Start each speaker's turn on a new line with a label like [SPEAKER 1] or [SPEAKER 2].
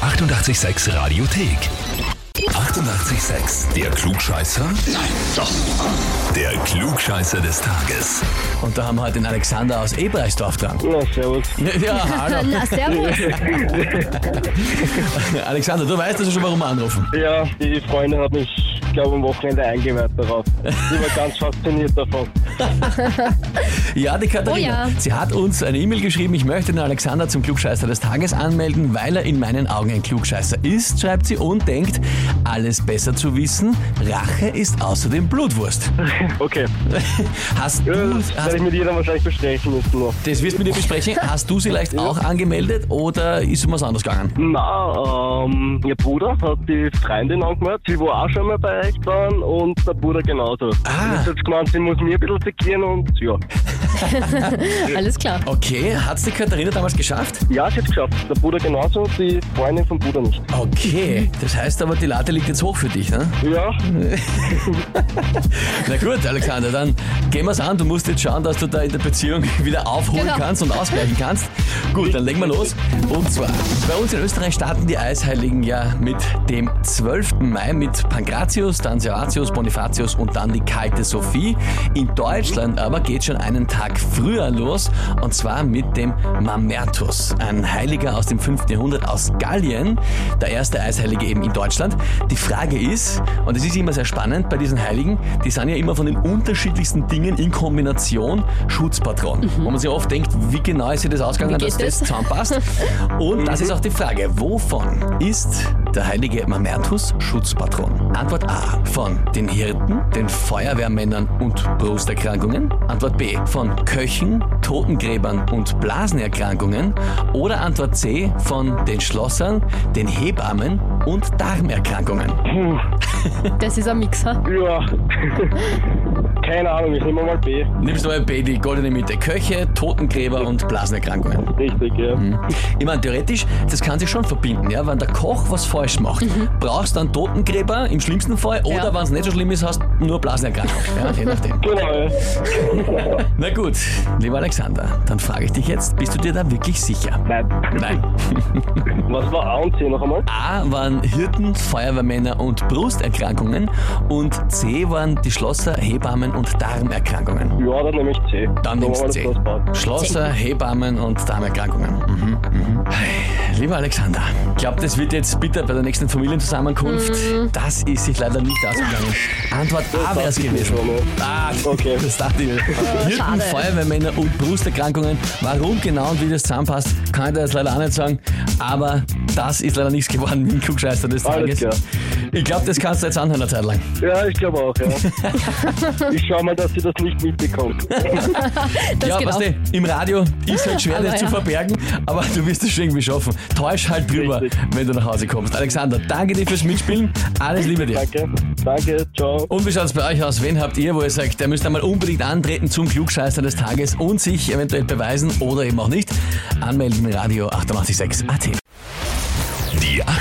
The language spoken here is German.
[SPEAKER 1] 886 Radiothek. 88,6. Der Klugscheißer? Nein, doch. Der Klugscheißer des Tages.
[SPEAKER 2] Und da haben wir halt den Alexander aus Ebreisdorf dran.
[SPEAKER 3] Na, servus.
[SPEAKER 2] Ja, hallo.
[SPEAKER 4] Na, servus.
[SPEAKER 2] Alexander, du weißt also schon, warum wir anrufen.
[SPEAKER 3] Ja, die Freundin hat mich, glaube am Wochenende eingeweiht darauf. Ich war ganz fasziniert davon.
[SPEAKER 2] Ja, die Katharina.
[SPEAKER 4] Oh ja.
[SPEAKER 2] Sie hat uns eine E-Mail geschrieben, ich möchte den Alexander zum Klugscheißer des Tages anmelden, weil er in meinen Augen ein Klugscheißer ist, schreibt sie und denkt, alles besser zu wissen, Rache ist außerdem Blutwurst.
[SPEAKER 3] Okay.
[SPEAKER 2] Hast
[SPEAKER 3] Ja,
[SPEAKER 2] du,
[SPEAKER 3] das werde
[SPEAKER 2] hast,
[SPEAKER 3] ich mit jedem wahrscheinlich besprechen müssen noch.
[SPEAKER 2] das wirst du mit dir besprechen, hast du sie vielleicht auch angemeldet oder ist um was anderes gegangen?
[SPEAKER 3] Na, ähm, ihr Bruder hat die Freundin angemeldet, sie war auch schon mal bei euch dran und der Bruder genauso.
[SPEAKER 2] Ah.
[SPEAKER 3] Ich hab jetzt gemeint, sie muss mir ein bisschen zigieren und ja.
[SPEAKER 4] Alles klar.
[SPEAKER 2] Okay, hat's die Katharina damals geschafft?
[SPEAKER 3] Ja, sie hat's geschafft. Der Bruder genauso, die Freundin vom Bruder nicht.
[SPEAKER 2] Okay, das heißt aber, die Latte liegt jetzt hoch für dich, ne?
[SPEAKER 3] Ja,
[SPEAKER 2] Na gut, Alexander, dann gehen wir's an. Du musst jetzt schauen, dass du da in der Beziehung wieder aufholen
[SPEAKER 4] Genau.
[SPEAKER 2] kannst und ausgleichen kannst. Gut, dann legen wir los. Und zwar, bei uns in Österreich starten die Eisheiligen ja mit dem 12. Mai mit Pankratius, dann Servatius, Bonifatius und dann die kalte Sophie. In Deutschland aber geht schon einen Tag früher los und zwar mit dem Mamertus, ein Heiliger aus dem 5. Jahrhundert aus Gallien, der erste Eisheilige eben in Deutschland. Die Frage ist, und es ist immer sehr spannend bei diesen Heiligen, die sind ja immer von den unterschiedlichsten Dingen in Kombination Schutzpatron. Wo man sich oft denkt, wie genau ist hier das ausgegangen,
[SPEAKER 4] Mhm. Wie geht
[SPEAKER 2] dass das,
[SPEAKER 4] das?
[SPEAKER 2] zusammenpasst. Und das ist auch die Frage, wovon ist der heilige Mamertus Schutzpatron? Antwort A, von den Hirten, den Feuerwehrmännern und Brusterkrankungen. Antwort B, von Köchen, Totengräbern und Blasenerkrankungen. Oder Antwort C, von den Schlossern, den Hebammen und Darmerkrankungen.
[SPEAKER 3] puh,
[SPEAKER 4] Das ist ein Mixer.
[SPEAKER 3] ja. Keine Ahnung, ich nehme mal B.
[SPEAKER 2] Nimmst du mal B, die goldene Mitte, Köche, Totengräber und Blasenerkrankungen.
[SPEAKER 3] Richtig, ja.
[SPEAKER 2] Ich meine, theoretisch, das kann sich schon verbinden, ja. Wenn der Koch was falsch macht, brauchst du einen Totengräber im schlimmsten Fall oder
[SPEAKER 4] Ja.
[SPEAKER 2] wenn es nicht so schlimm ist, hast du nur Blasenerkrankung. Ja, je nachdem.
[SPEAKER 3] Genau, ja.
[SPEAKER 2] Na gut, lieber Alexander, dann frage ich dich jetzt, bist du dir da wirklich sicher?
[SPEAKER 3] Nein.
[SPEAKER 2] Nein.
[SPEAKER 3] Was war A und C noch einmal?
[SPEAKER 2] A waren Hirten, Feuerwehrmänner und Brusterkrankungen und C waren die Schlosser, Hebammen und Darmerkrankungen.
[SPEAKER 3] Ja, dann nehme ich C.
[SPEAKER 2] Dann nimmst
[SPEAKER 3] machen wir
[SPEAKER 2] C.
[SPEAKER 3] das Glas bald.
[SPEAKER 2] Schlosser, Hebammen und Darmerkrankungen. Mhm, mhm. Lieber Alexander, ich glaube, das wird jetzt bitter bei der nächsten Familienzusammenkunft. Das ist sich leider nicht ausgegangen. Antwort A wäre es
[SPEAKER 3] dachte ich mir
[SPEAKER 2] gewesen.
[SPEAKER 3] schon, ne?
[SPEAKER 2] Ah,
[SPEAKER 3] Okay. Ah.
[SPEAKER 2] das dachte ich mir. Hirten,
[SPEAKER 4] schade.
[SPEAKER 2] Feuerwehrmänner und Brusterkrankungen. Warum genau und wie das zusammenpasst, kann ich dir jetzt leider auch nicht sagen. Aber das ist leider nichts geworden mit dem Klugscheißer des Tages.
[SPEAKER 3] Alles klar.
[SPEAKER 2] Ich glaube, das kannst du jetzt anhören eine Zeit lang.
[SPEAKER 3] Ja, ich glaube auch, ja. ich schau mal, dass sie das nicht mitbekommt.
[SPEAKER 4] Das
[SPEAKER 2] ja,
[SPEAKER 4] geht
[SPEAKER 2] weißt
[SPEAKER 4] auch.
[SPEAKER 2] du, im Radio ist halt schwer,
[SPEAKER 4] Aber
[SPEAKER 2] das zu
[SPEAKER 4] ja.
[SPEAKER 2] verbergen, aber du wirst es schon irgendwie schaffen. Täusch halt drüber,
[SPEAKER 3] Richtig.
[SPEAKER 2] wenn du nach Hause kommst. Alexander, danke dir fürs Mitspielen. Alles Liebe dir.
[SPEAKER 3] Danke. Danke, ciao.
[SPEAKER 2] Und wie schaut's bei euch aus? Wen habt ihr, wo ihr sagt, der müsst einmal unbedingt antreten zum Klugscheißer des Tages und sich eventuell beweisen oder eben auch nicht? Anmelden Radio 886 AT.
[SPEAKER 1] Die